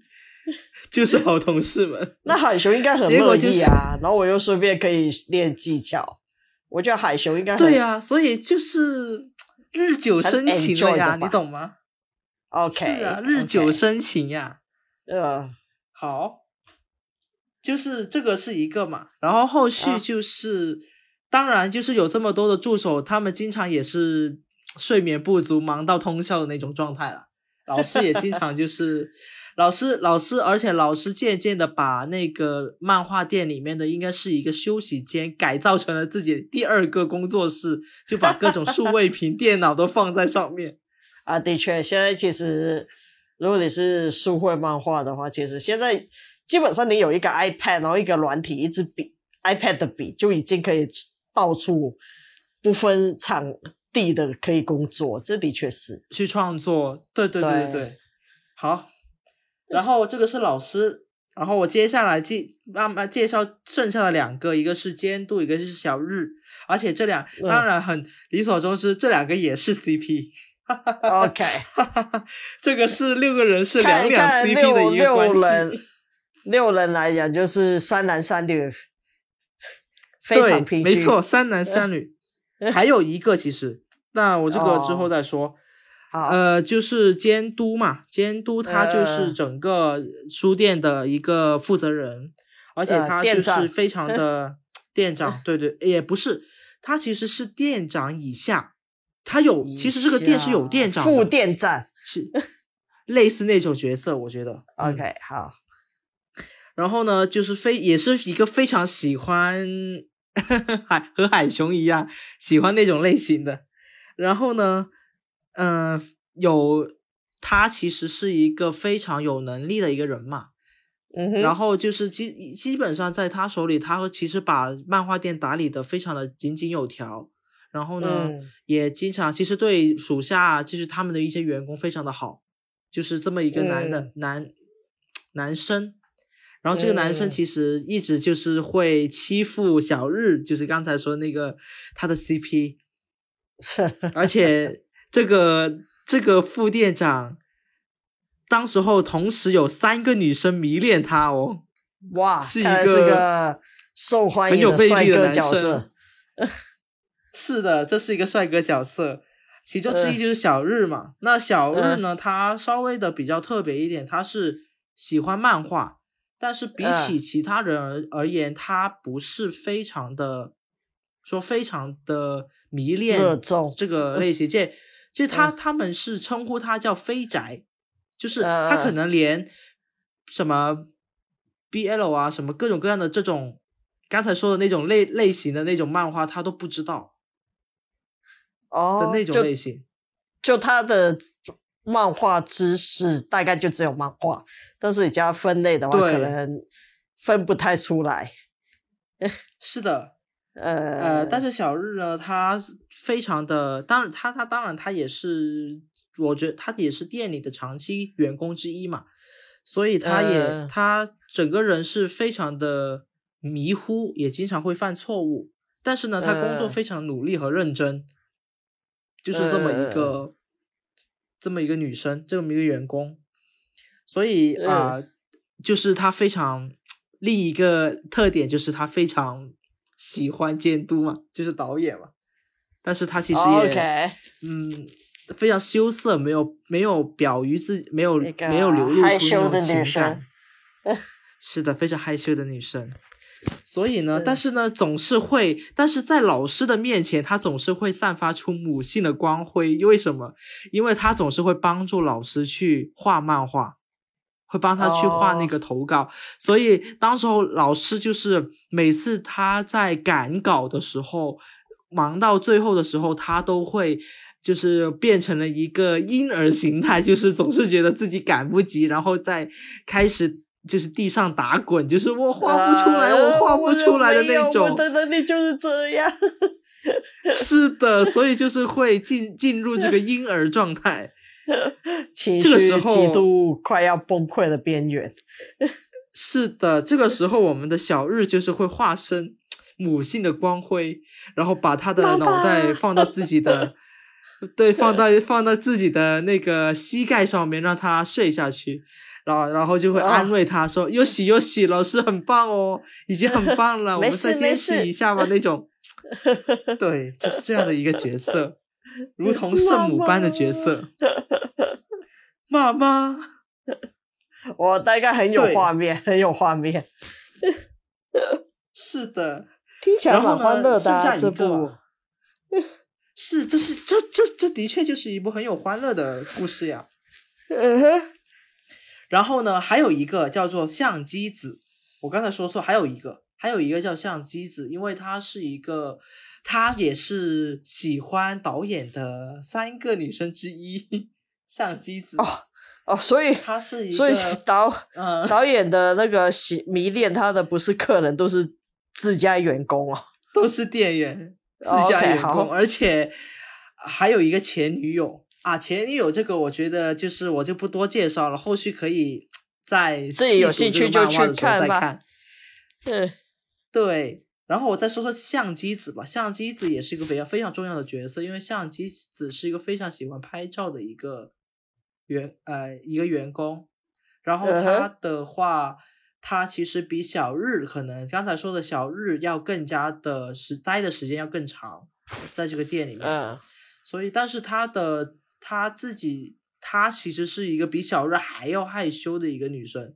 Speaker 2: 就是好同事们。
Speaker 1: 那海熊应该很
Speaker 2: 结果
Speaker 1: 乐
Speaker 2: 就
Speaker 1: 意
Speaker 2: 是
Speaker 1: 啊，然后我又顺便可以练技巧，我觉得海熊应该很
Speaker 2: 对呀、所以就是日久
Speaker 1: 很
Speaker 2: 生情了
Speaker 1: enjoy
Speaker 2: 呀
Speaker 1: 的，吧
Speaker 2: 你懂吗
Speaker 1: OK，
Speaker 2: 是啊，日久
Speaker 1: OK，
Speaker 2: 生情呀。
Speaker 1: 呃，
Speaker 2: 好，就是这个是一个嘛，然后后续
Speaker 1: 啊
Speaker 2: 就是，当然就是有这么多的助手，他们经常也是睡眠不足，忙到通宵的那种状态了。老师也经常就是，老师老师，而且老师渐渐的把那个漫画店里面的应该是一个休息间，改造成了自己的第二个工作室，就把各种数位屏、电脑都放在上面。
Speaker 1: 啊，的确，现在其实如果你是书绘漫画的话，其实现在基本上你有一个 iPad，然后一个软体，一支笔，iPad 的笔就已经可以到处不分场地的可以工作，这的确是。
Speaker 2: 去创作。对对对对
Speaker 1: 对
Speaker 2: 对，好。然后这个是老师，然后我接下来介慢慢介绍剩下的两个，一个是监督，一个是小日，而且这两
Speaker 1: 嗯
Speaker 2: 当然很理所周知，这两个也是 CP。
Speaker 1: OK，
Speaker 2: 这个是六个人是两
Speaker 1: 看
Speaker 2: 两
Speaker 1: 看
Speaker 2: CP 的
Speaker 1: 六
Speaker 2: 一个
Speaker 1: 六
Speaker 2: 关
Speaker 1: 人
Speaker 2: 系，，
Speaker 1: 六人来讲就是三男三女，非常
Speaker 2: 对，
Speaker 1: PG，
Speaker 2: 没错，，三男 三女，还有一个其实，那我这个之后
Speaker 1: 哦
Speaker 2: 再说。
Speaker 1: 好，
Speaker 2: 呃，就是监督嘛，监督他就是
Speaker 1: 呃
Speaker 2: 整个书店的一个负责人，而且
Speaker 1: 呃
Speaker 2: 他
Speaker 1: 店
Speaker 2: 就是
Speaker 1: 长
Speaker 2: 非常的店长，对对，也不是，他其实是店长以下，他有其实这个店是有店长的，
Speaker 1: 副店长
Speaker 2: 是类似那种角色，我觉得嗯
Speaker 1: ，OK，好，
Speaker 2: 然后呢，就是非也是一个非常喜欢 海和海熊一样喜欢那种类型的。然后呢，嗯、有他其实是一个非常有能力的一个人嘛。
Speaker 1: 嗯哼，
Speaker 2: 然后就是基基本上在他手里，他其实把漫画店打理的非常的井井有条。然后呢，
Speaker 1: 嗯
Speaker 2: 也经常其实对属下就是他们的一些员工非常的好，就是这么一个男的、男男生。然后这个男
Speaker 1: 嗯
Speaker 2: 生其实一直就是会欺负小日，就是刚才说那个他的 CP，而且这个这个副店长，当时候同时有三个女生迷恋他哦，
Speaker 1: 哇，
Speaker 2: 是
Speaker 1: 看来
Speaker 2: 一个
Speaker 1: 是个受欢
Speaker 2: 很
Speaker 1: 迎
Speaker 2: 有
Speaker 1: 的
Speaker 2: 魅
Speaker 1: 帅
Speaker 2: 力的
Speaker 1: 哥
Speaker 2: 男
Speaker 1: 角
Speaker 2: 生
Speaker 1: 色。。
Speaker 2: 是的，这是一个帅哥角色，其中之
Speaker 1: 嗯
Speaker 2: 一就是小日嘛。那小
Speaker 1: 呃
Speaker 2: 日呢，他稍微的比较特别一点，他是喜欢漫画，但是比
Speaker 1: 呃
Speaker 2: 起其他人而而言，他不是非常的说非常的迷恋
Speaker 1: 热衷嗯
Speaker 2: 这个类型。这其实他他们是称呼他叫“飞宅”，就是他
Speaker 1: 嗯
Speaker 2: 可
Speaker 1: 嗯
Speaker 2: 能连什么 BL 啊，什么各种各样的这种刚才说的那种类类型的那种漫画，他都不知道
Speaker 1: 哦
Speaker 2: 的，那种
Speaker 1: 就
Speaker 2: 类型。
Speaker 1: 就他的漫画知识大概就只有漫画，但是你叫他分类的话，
Speaker 2: 对
Speaker 1: 可能分不太出来。
Speaker 2: 是的，
Speaker 1: 呃
Speaker 2: 呃，但是小日呢，他是非常的，当然他他当然他也是，我觉得他也是店里的长期员工之一嘛，所以他也、
Speaker 1: 嗯
Speaker 2: 他整个人是非常的迷糊，也经常会犯错误，但是呢，他工作
Speaker 1: 嗯
Speaker 2: 非常努力和认真，就是这么一个、这么一个女生，这么一个员工，所以啊、就是他非常另一个特点就是他非常喜欢监督嘛，就是导演嘛。但是他其实也、
Speaker 1: OK，
Speaker 2: 嗯非常羞涩，没有没有表于自己，没有
Speaker 1: 那个
Speaker 2: 没有流露出
Speaker 1: 害
Speaker 2: 那
Speaker 1: 羞的
Speaker 2: 种
Speaker 1: 女
Speaker 2: 情
Speaker 1: 生
Speaker 2: 感。是的，非常害羞的女生。所以呢，
Speaker 1: 嗯
Speaker 2: 但是呢，总是会，但是在老师的面前，她总是会散发出母性的光辉。为什么？因为她总是会帮助老师去画漫画，会帮他去画那
Speaker 1: 哦
Speaker 2: 个投稿。所以当时候老师就是每次他在赶稿的时候，忙到最后的时候，他都会。就是变成了一个婴儿形态，就是总是觉得自己赶不及，然后再开始就是地上打滚，就是我画不出来，
Speaker 1: 呃
Speaker 2: 我画不出来的
Speaker 1: 没有
Speaker 2: 那种。
Speaker 1: 我的能力就是这样。
Speaker 2: 是的，所以就是会进进入这个婴儿状态。
Speaker 1: 情
Speaker 2: 这
Speaker 1: 绪
Speaker 2: 个时
Speaker 1: 极
Speaker 2: 候
Speaker 1: 度快要崩溃的边缘。
Speaker 2: 是的，这个时候我们的小日就是会化身母性的光辉，然后把他的
Speaker 1: 妈
Speaker 2: 脑袋
Speaker 1: 妈
Speaker 2: 放到自己 的，对，放到放到自己的那个膝盖上面，让他睡下去，然后然后就会
Speaker 1: 啊
Speaker 2: 安慰他说：“有 喜有喜，老师很棒哦，已经很棒了，我
Speaker 1: 没
Speaker 2: 们再
Speaker 1: 事没
Speaker 2: 坚持
Speaker 1: 事
Speaker 2: 一下吧。”那种，对，就是这样的一个角色，如同圣母般的角色，妈妈。
Speaker 1: 我大概很有
Speaker 2: 对
Speaker 1: 画面，很有画面，
Speaker 2: 是的，
Speaker 1: 听起来
Speaker 2: 然后
Speaker 1: 蛮
Speaker 2: 呢，
Speaker 1: 欢乐的、
Speaker 2: 剩下
Speaker 1: 啊。
Speaker 2: 一
Speaker 1: 这
Speaker 2: 个
Speaker 1: 部
Speaker 2: 啊是，这是这这这的确就是一部很有欢乐的故事呀。
Speaker 1: 嗯哼，
Speaker 2: 然后呢，还有一个叫做相机子，我刚才说错，还有一个，还有一个叫相机子，因为她是一个，她也是喜欢导演的三个女生之一，相机子。
Speaker 1: 哦哦，所以
Speaker 2: 她是一
Speaker 1: 所以
Speaker 2: 个，
Speaker 1: 导
Speaker 2: 嗯，
Speaker 1: 导演的那个喜迷恋他的不是客人，都是自家员工哦。
Speaker 2: 都是店员，自
Speaker 1: 哦
Speaker 2: 家
Speaker 1: OK，
Speaker 2: 员
Speaker 1: 好
Speaker 2: 工，而且还有一个前女友啊，前女友这个我觉得就是我就不多介绍了，后续可以在
Speaker 1: 自己有兴趣就去看
Speaker 2: 看
Speaker 1: 吧
Speaker 2: 看。
Speaker 1: 嗯
Speaker 2: 对，然后我再说说相机子吧，相机子也是一个比较非常重要的角色，因为相机子是一个非常喜欢拍照的一个员呃一个员工，然后
Speaker 1: 嗯哼
Speaker 2: 他的话，他其实比小日可能刚才说的小日要更加的时待的时间要更长，在这个店里面，
Speaker 1: 嗯，
Speaker 2: 所以，但是他的他自己，他其实是一个比小日还要害羞的一个女生。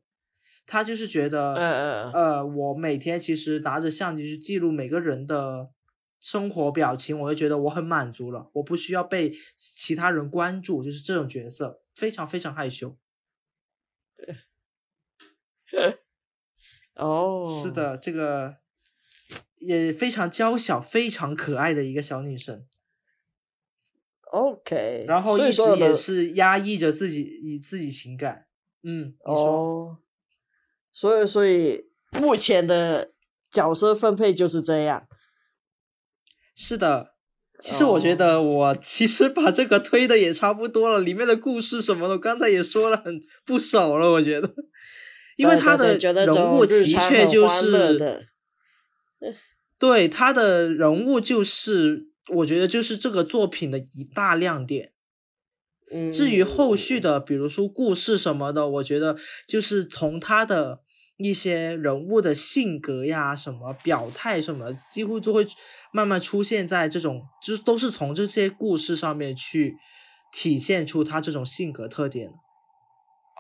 Speaker 2: 她就是觉得，
Speaker 1: 嗯嗯嗯
Speaker 2: 呃，我每天其实拿着相机去记录每个人的生活表情，我就觉得我很满足了，我不需要被其他人关注，就是这种角色，非常非常害羞。
Speaker 1: 哦，
Speaker 2: 是，的，这个也非常娇小、非常可爱的一个小女生。
Speaker 1: ，OK。
Speaker 2: 然后
Speaker 1: 所
Speaker 2: 一
Speaker 1: 以
Speaker 2: 直
Speaker 1: 说
Speaker 2: 也
Speaker 1: 的
Speaker 2: 是压抑着自己以自己情感。嗯，你说、
Speaker 1: 哦，所以所以目前的角色分配就是这样。
Speaker 2: 是的。其实我觉
Speaker 1: 哦
Speaker 2: 得我其实把这个推的也差不多了，里面的故事什么的，我刚才也说了很不少了，我觉得因为他
Speaker 1: 对对
Speaker 2: 的
Speaker 1: 对觉得这
Speaker 2: 人
Speaker 1: 种
Speaker 2: 物
Speaker 1: 日
Speaker 2: 的
Speaker 1: 常
Speaker 2: 确
Speaker 1: 很
Speaker 2: 就
Speaker 1: 欢乐
Speaker 2: 是
Speaker 1: 的
Speaker 2: 对他的人物就是，我觉得就是这个作品的一大亮点。
Speaker 1: 嗯
Speaker 2: 至于后续的，比如说故事什么的，我觉得就是从他的一些人物的性格呀、什么表态什么，几乎就会慢慢出现在这种，就是都是从这些故事上面去体现出他这种性格特点。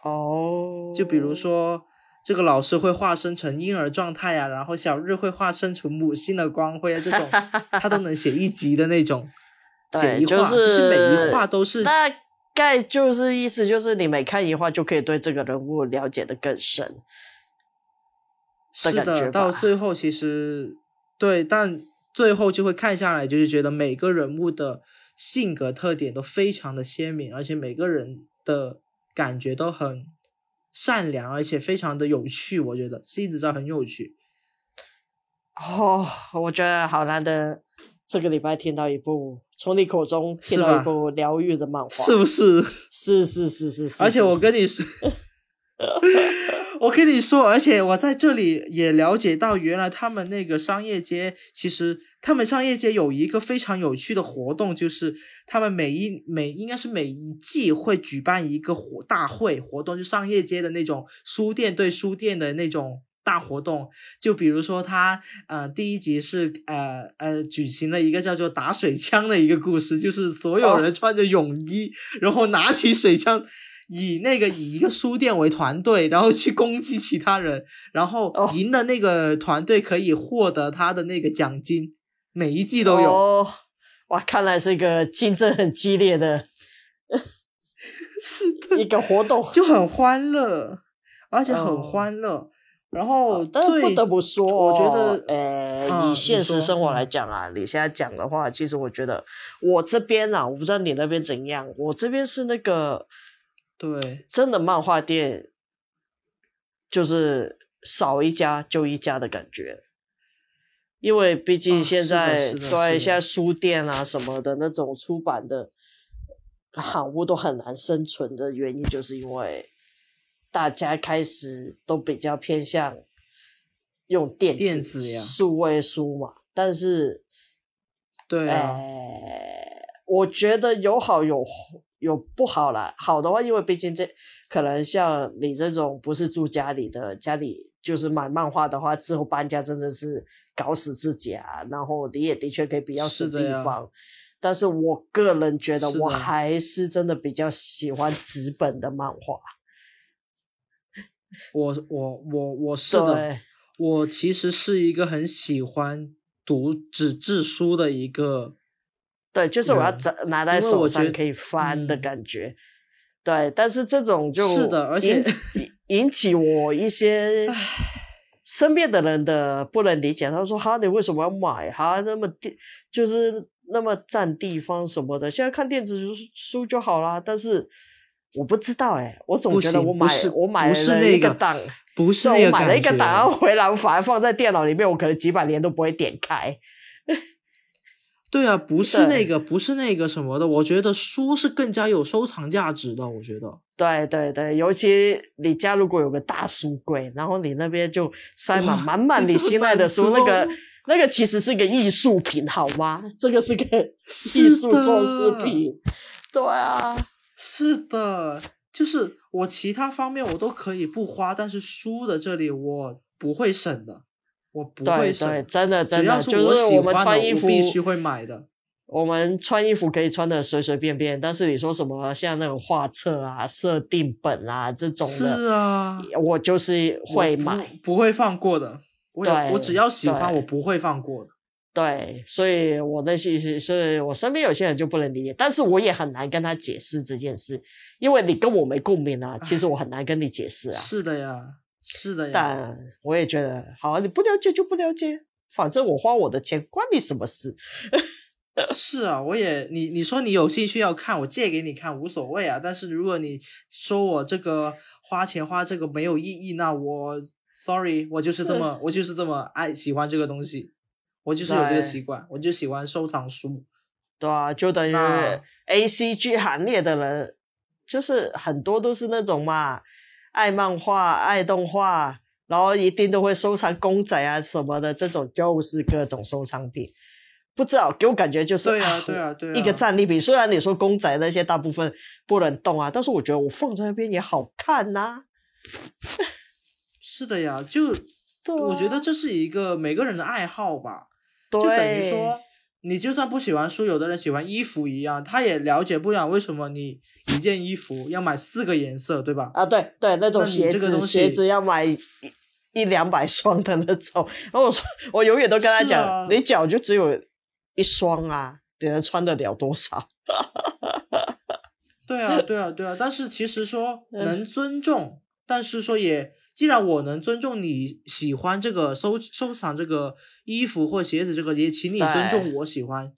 Speaker 1: 哦，
Speaker 2: 就比如说，这个老师会化身成婴儿状态呀、然后小日会化身成母性的光辉啊，这种他都能写一集的那种，写
Speaker 1: 对
Speaker 2: 一
Speaker 1: 就
Speaker 2: 画，就是每
Speaker 1: 是
Speaker 2: 一画都是
Speaker 1: 大概就是意思就是你每看一话就可以对这个人物了解的更深。的
Speaker 2: 是
Speaker 1: 感觉
Speaker 2: 的，到
Speaker 1: 吧
Speaker 2: 最后其实对，但最后就会看下来，就是觉得每个人物的性格特点都非常的鲜明，而且每个人的感觉都很善良，而且非常的有趣。我觉得是一直在很有趣。
Speaker 1: 哦，我觉得好难得，这个礼拜听到一部从你口中听
Speaker 2: 是
Speaker 1: 到
Speaker 2: 吧
Speaker 1: 一部疗愈的漫画，
Speaker 2: 是不是？
Speaker 1: 是是是是是，
Speaker 2: 而且
Speaker 1: 是
Speaker 2: 我
Speaker 1: 是
Speaker 2: 跟你说，我跟你说，而且我在这里也了解到，原来他们那个商业街，其实他们商业街有一个非常有趣的活动，就是他们每一每应该是每一季会举办一个活大会活动，就商业街的那种书店对书店的那种。大活动，就比如说他呃第一集是呃呃举行了一个叫做打水枪的一个故事，就是所有
Speaker 1: 哦
Speaker 2: 人穿着泳衣，然后拿起水枪，以那个以一个书店为团队，然后去攻击其他人，然后
Speaker 1: 哦
Speaker 2: 赢的那个团队可以获得他的那个奖金，每一季都有。
Speaker 1: 哦哇，看来是一个竞争很激烈的
Speaker 2: 是的，
Speaker 1: 一个活动，
Speaker 2: 就很欢乐，而且很
Speaker 1: 哦
Speaker 2: 欢乐。然后
Speaker 1: 但是
Speaker 2: 最
Speaker 1: 不得不说，
Speaker 2: 我觉得
Speaker 1: 呃，
Speaker 2: 嗯
Speaker 1: 以现
Speaker 2: 你说
Speaker 1: 实生活
Speaker 2: 嗯
Speaker 1: 来讲啊，你现在讲的话，其实我觉得我这边啊，我不知道你那边怎样，我这边是那个
Speaker 2: 对，
Speaker 1: 真的漫画店，就是少一家就一家的感觉。因为毕
Speaker 2: 啊
Speaker 1: 竟现
Speaker 2: 是的
Speaker 1: 在、
Speaker 2: 是的是
Speaker 1: 对啊
Speaker 2: 的
Speaker 1: 现在书店啊什么的那种出版的行物都很难生存的原因，就是因为大家开始都比较偏向用电子
Speaker 2: 电子呀
Speaker 1: 数位书嘛。但是，
Speaker 2: 对啊，
Speaker 1: 哎呃，我觉得有好有有不好啦。好的话，因为毕竟这可能像你这种不是住家里的，家里就是买漫画的话，之后搬家真的是搞死自己啊。然后你也的确可以比较
Speaker 2: 是
Speaker 1: 省
Speaker 2: 的
Speaker 1: 地
Speaker 2: 呀
Speaker 1: 方。但是我个人觉得，
Speaker 2: 是
Speaker 1: 我
Speaker 2: 的
Speaker 1: 还是真的比较喜欢纸本的漫画。
Speaker 2: 我我我我是的
Speaker 1: 对，
Speaker 2: 我其实是一个很喜欢读纸质书的一个
Speaker 1: 对，就是我要
Speaker 2: 人
Speaker 1: 拿拿在
Speaker 2: 因为
Speaker 1: 手
Speaker 2: 我觉
Speaker 1: 上
Speaker 2: 得
Speaker 1: 可以翻的
Speaker 2: 嗯
Speaker 1: 感觉。对，但是这种就是
Speaker 2: 的而
Speaker 1: 引
Speaker 2: 且
Speaker 1: 起引起我一些身边的人的不能理解。他说：“哈，你为什么要买？哈，那么地就是那么占地方什么的，现在看电子书书就好啦。”但是我不知道哎、我总
Speaker 2: 不
Speaker 1: 觉得
Speaker 2: 行
Speaker 1: 我
Speaker 2: 不
Speaker 1: 买
Speaker 2: 是
Speaker 1: 我买了
Speaker 2: 不是
Speaker 1: 一
Speaker 2: 那
Speaker 1: 个
Speaker 2: 个
Speaker 1: 档，
Speaker 2: 不是
Speaker 1: 对
Speaker 2: 那个
Speaker 1: 我买了一个
Speaker 2: 感觉
Speaker 1: 档案回来，我反而放在电脑里面，我可能几百年都不会点开。
Speaker 2: 对啊，不是那
Speaker 1: 对
Speaker 2: 个，不是那个什么的，我觉得书是更加有收藏价值的，我觉得。
Speaker 1: 对对对，尤其你家如果有个大书柜，然后你那边就塞满
Speaker 2: 哇
Speaker 1: 满满
Speaker 2: 你
Speaker 1: 你
Speaker 2: 这
Speaker 1: 心爱
Speaker 2: 满
Speaker 1: 的书，那
Speaker 2: 足
Speaker 1: 个
Speaker 2: 哦
Speaker 1: 那个其实是个艺术品，好吗？这个 是个艺
Speaker 2: 是
Speaker 1: 术装饰
Speaker 2: 的
Speaker 1: 品，对啊，
Speaker 2: 是的，就是我其他方面我都可以不花，但是书的这里我不会省的，我不
Speaker 1: 对
Speaker 2: 会省
Speaker 1: 对，
Speaker 2: 的。
Speaker 1: 真的真
Speaker 2: 只要
Speaker 1: 的，
Speaker 2: 是
Speaker 1: 就
Speaker 2: 喜
Speaker 1: 我们
Speaker 2: 欢的，
Speaker 1: 穿衣
Speaker 2: 我
Speaker 1: 服
Speaker 2: 必须会买的。
Speaker 1: 我们穿衣服可以穿的随随便便，但是你说什么像那种画册啊、设定本啊这种
Speaker 2: 是
Speaker 1: 的，
Speaker 2: 啊，
Speaker 1: 我就是
Speaker 2: 我
Speaker 1: 会
Speaker 2: 不
Speaker 1: 买。
Speaker 2: 不会放过的。我有我只
Speaker 1: 对
Speaker 2: 要喜欢，
Speaker 1: 对
Speaker 2: 我不会放过的。
Speaker 1: 对，所以我那些，所以我身边有些人就不能理解，但是我也很难跟他解释这件事，因为你跟我没共鸣啊，其实我很难跟你解释啊。
Speaker 2: 是啊的呀，是的呀，
Speaker 1: 但我也觉得，好啊，你不了解就不了解，反正我花我的钱，关你什么事？
Speaker 2: 是啊，我也你你说你有兴趣要看，我借给你看无所谓啊。但是如果你说我这个花钱花这个没有意义，那我 sorry，我就是这么我就是这么爱喜欢这个东西，我就是有这
Speaker 1: 对
Speaker 2: 个习惯，我就喜欢收藏书。
Speaker 1: 对啊，就等于
Speaker 2: 那
Speaker 1: A C G 行列的人，就是很多都是那种嘛，爱漫画、爱动画，然后一定都会收藏公仔啊什么的，这种就是各种收藏品。不知道给我感觉就是
Speaker 2: 对啊，对啊，对啊，
Speaker 1: 一个战利品。虽然你说公仔那些大部分不能动啊，但是我觉得我放在那边也好看呐、
Speaker 2: 是的呀，就
Speaker 1: 对啊
Speaker 2: 我觉得这是一个每个人的爱好吧，
Speaker 1: 对，
Speaker 2: 就等于说，你就算不喜欢书，有的人喜欢衣服一样，他也了解不了为什么你一件衣服要买四个颜色，对吧？
Speaker 1: 啊，对对，那种
Speaker 2: 那你
Speaker 1: 鞋
Speaker 2: 这个
Speaker 1: 子，
Speaker 2: 东
Speaker 1: 鞋
Speaker 2: 西
Speaker 1: 子要买一一两百双的那种。然后我说，我永远都跟他
Speaker 2: 是
Speaker 1: 讲，
Speaker 2: 啊
Speaker 1: 你脚就只有一双啊，你能穿得了多少？
Speaker 2: 对啊，对啊，对啊。但是其实说
Speaker 1: 嗯
Speaker 2: 能尊重，但是说也，既然我能尊重你喜欢这个收收藏这个衣服或鞋子这个，也请你尊重
Speaker 1: 对
Speaker 2: 我喜欢，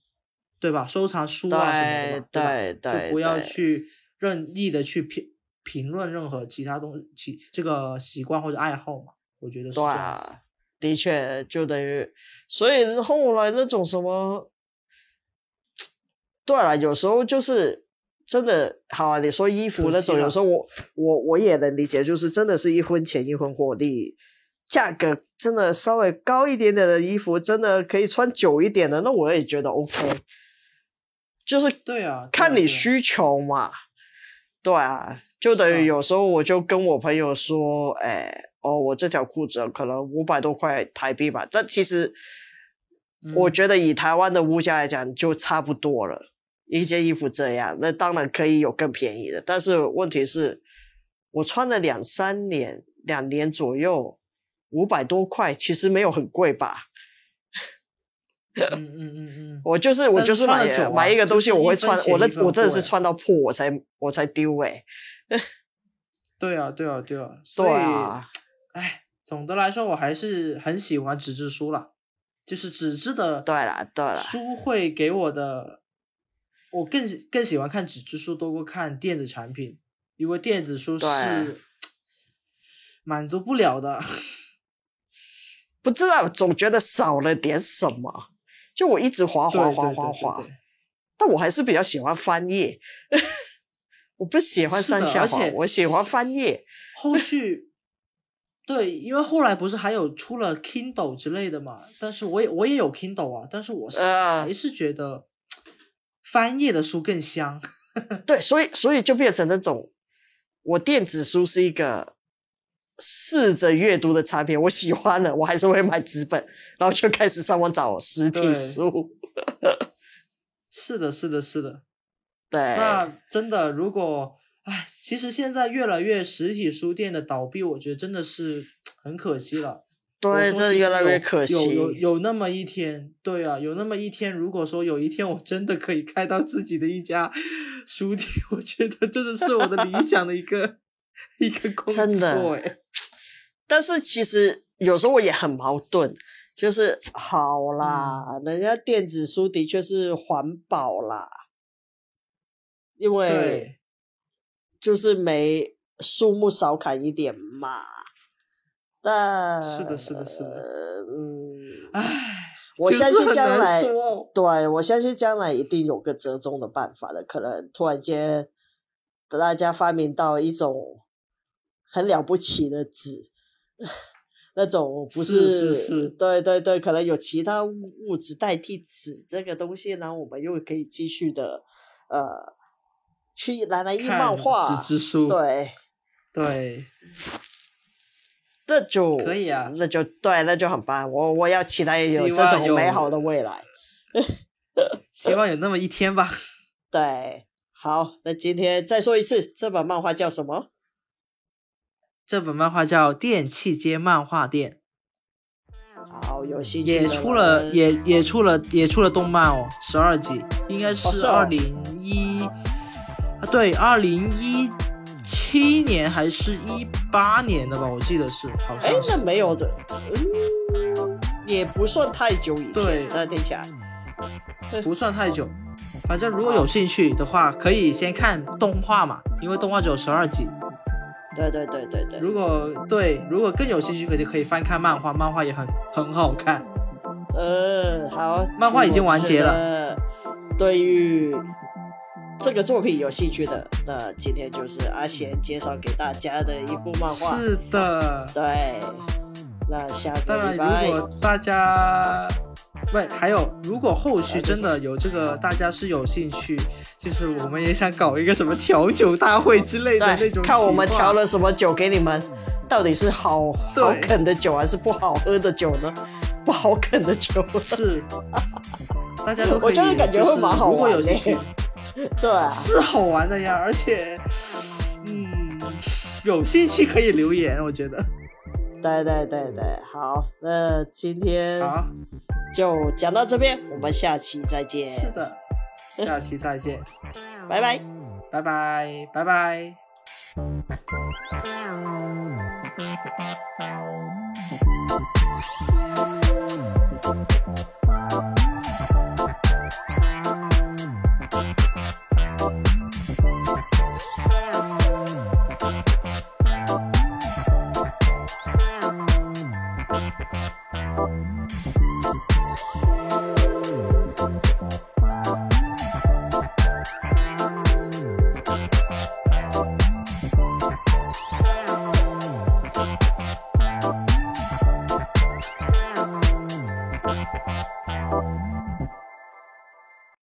Speaker 2: 对吧？收藏书啊什么
Speaker 1: 对
Speaker 2: 的嘛，吧？
Speaker 1: 对对，
Speaker 2: 就不要
Speaker 1: 对
Speaker 2: 去任意的去评评论任何其他东其这个习惯或者爱好嘛，我觉得是这
Speaker 1: 对
Speaker 2: 样子。
Speaker 1: 啊，的确就等于，所以后来那种什么，对了，有时候就是真的好啊。你说衣服
Speaker 2: 可
Speaker 1: 那
Speaker 2: 惜
Speaker 1: 种，有
Speaker 2: 了
Speaker 1: 时候我我我也能理解，就是真的是一分钱一分货，你价格真的稍微高一点点的衣服，真的可以穿久一点的，那我也觉得 OK，就是
Speaker 2: 对啊，对
Speaker 1: 看
Speaker 2: 啊
Speaker 1: 你
Speaker 2: 对啊
Speaker 1: 需求嘛。对啊，就等
Speaker 2: 是啊
Speaker 1: 于有时候我就跟我朋友说，哎，哦，我这条裤子可能五百多块台币吧，但其实我
Speaker 2: 嗯
Speaker 1: 觉得以台湾的物价来讲就差不多了。一件衣服这样，那当然可以有更便宜的，但是问题是，我穿了两三年，两年左右，五百多块，其实没有很贵吧？
Speaker 2: 嗯嗯嗯嗯，
Speaker 1: 我就是我
Speaker 2: 但是
Speaker 1: 就是
Speaker 2: 穿得
Speaker 1: 买、
Speaker 2: 久啊
Speaker 1: 买一个东西，
Speaker 2: 就是
Speaker 1: 我会
Speaker 2: 一分
Speaker 1: 穿，
Speaker 2: 钱
Speaker 1: 我那
Speaker 2: 一分
Speaker 1: 我真的
Speaker 2: 货
Speaker 1: 是
Speaker 2: 呀
Speaker 1: 穿到破我才我才丢诶、
Speaker 2: 对啊对啊对啊，所
Speaker 1: 对
Speaker 2: 以
Speaker 1: 啊。
Speaker 2: 哎，总的来说我还是很喜欢纸质书啦，就是纸质的
Speaker 1: 对啦对啦
Speaker 2: 书会给我的，我更喜更喜欢看纸质书多过看电子产品，因为电子书
Speaker 1: 对啊
Speaker 2: 是满足不了的。
Speaker 1: 不知道，总觉得少了点什么。就我一直滑
Speaker 2: 对
Speaker 1: 滑
Speaker 2: 对
Speaker 1: 滑
Speaker 2: 对
Speaker 1: 滑
Speaker 2: 对
Speaker 1: 滑
Speaker 2: 对，
Speaker 1: 但我还是比较喜欢翻页。 我不喜欢
Speaker 2: 是的
Speaker 1: 上下
Speaker 2: 而
Speaker 1: 滑
Speaker 2: 且，
Speaker 1: 我喜欢翻页。
Speaker 2: 后续，对，因为后来不是还有出了 Kindle 之类的嘛？但是我也我也有 Kindle 啊，但是我是、
Speaker 1: 呃
Speaker 2: 还是觉得翻页的书更香。
Speaker 1: 对，所以所以就变成那种，我电子书是一个试着阅读的产品，我喜欢了，我还是会买纸本，然后就开始上网找实体
Speaker 2: 对
Speaker 1: 书。
Speaker 2: 是的，是的，是的。
Speaker 1: 对，
Speaker 2: 那真的，如果唉，其实现在越来越实体书店的倒闭，我觉得真的是很可惜了。我
Speaker 1: 对，
Speaker 2: 说
Speaker 1: 这
Speaker 2: 其
Speaker 1: 越
Speaker 2: 实
Speaker 1: 来越
Speaker 2: 有
Speaker 1: 可惜。
Speaker 2: 有有有那么一天，对啊，有那么一天，如果说有一天我真的可以开到自己的一家书店， 我觉得这就是我的理想的一个 一个工作。
Speaker 1: 真的
Speaker 2: 哎，
Speaker 1: 但是其实有时候我也很矛盾，就是好
Speaker 2: 嗯
Speaker 1: 啦，人家电子书的确是环保啦，因为
Speaker 2: 对，
Speaker 1: 就是没树木少砍一点嘛。但
Speaker 2: 是的是的是的
Speaker 1: 嗯，
Speaker 2: 唉，
Speaker 1: 我
Speaker 2: 就是
Speaker 1: 相信
Speaker 2: 很
Speaker 1: 将
Speaker 2: 难
Speaker 1: 来
Speaker 2: 说哦
Speaker 1: 对，我相信将来一定有个折中的办法的。可能突然间，大家发明到一种很了不起的纸，那种不
Speaker 2: 是是是
Speaker 1: 对对对，可能有其他物物质代替纸这个东西，然后我们又可以继续的呃，去拿来印
Speaker 2: 看
Speaker 1: 漫画，
Speaker 2: 纸质书，
Speaker 1: 对，
Speaker 2: 对，
Speaker 1: 那就
Speaker 2: 可以啊
Speaker 1: 那就对，那就很棒。我我要期待有
Speaker 2: 希
Speaker 1: 这
Speaker 2: 望
Speaker 1: 种美
Speaker 2: 有
Speaker 1: 好的未来。
Speaker 2: 希望有那么一天吧。
Speaker 1: 对，好，那今天再说一次，这本漫画叫什么？
Speaker 2: 这本漫画叫《电器街漫画店》。
Speaker 1: 好，有兴趣
Speaker 2: 也
Speaker 1: 的
Speaker 2: 出了，
Speaker 1: 人
Speaker 2: 也也出了，也出了动漫哦，十二集，应该
Speaker 1: 哦是
Speaker 2: 是
Speaker 1: 哦
Speaker 2: 二零一，啊对，二零一七年还是一八年的吧，我记得是，好
Speaker 1: 哎
Speaker 2: 像，
Speaker 1: 那
Speaker 2: 是。
Speaker 1: 没有的，嗯，也不算太久以前，
Speaker 2: 对
Speaker 1: 这样听起来。
Speaker 2: 不算太
Speaker 1: 哦
Speaker 2: 久。反正如果有兴趣的话，可以先看动画嘛，因为动画只有十二集。
Speaker 1: 对对对对对，
Speaker 2: 如果对，如果更有兴趣，可就可以翻看漫画，漫画也很很好看。
Speaker 1: 呃，好，
Speaker 2: 漫画已经完结了
Speaker 1: 了。对于这个作品有兴趣的，那今天就是阿贤介绍给大家的一部漫画。
Speaker 2: 是的，
Speaker 1: 对，那下
Speaker 2: 当
Speaker 1: 个
Speaker 2: 然
Speaker 1: 礼
Speaker 2: 如
Speaker 1: 拜
Speaker 2: 果大家。喂，还有，如果后续真的有这个，大家是有兴趣，就是我们也想搞一个什么调酒大会之类的那
Speaker 1: 对
Speaker 2: 种，
Speaker 1: 看我们
Speaker 2: 企划
Speaker 1: 调了什么酒给你们，到底是好
Speaker 2: 对
Speaker 1: 好啃的酒还是不好喝的酒呢？不好啃的酒，
Speaker 2: 是，大家都可以。
Speaker 1: 我觉得感觉会蛮好
Speaker 2: 如果
Speaker 1: 玩
Speaker 2: 有
Speaker 1: 的
Speaker 2: 兴趣，
Speaker 1: 对啊，
Speaker 2: 是好玩的呀，而且，嗯，有兴趣可以留言，我觉得。
Speaker 1: 对对对对，好，那今天
Speaker 2: 好，
Speaker 1: 就讲到这边，我们下期再见，
Speaker 2: 是的，下期再见，
Speaker 1: 拜拜。
Speaker 2: 拜拜，拜拜。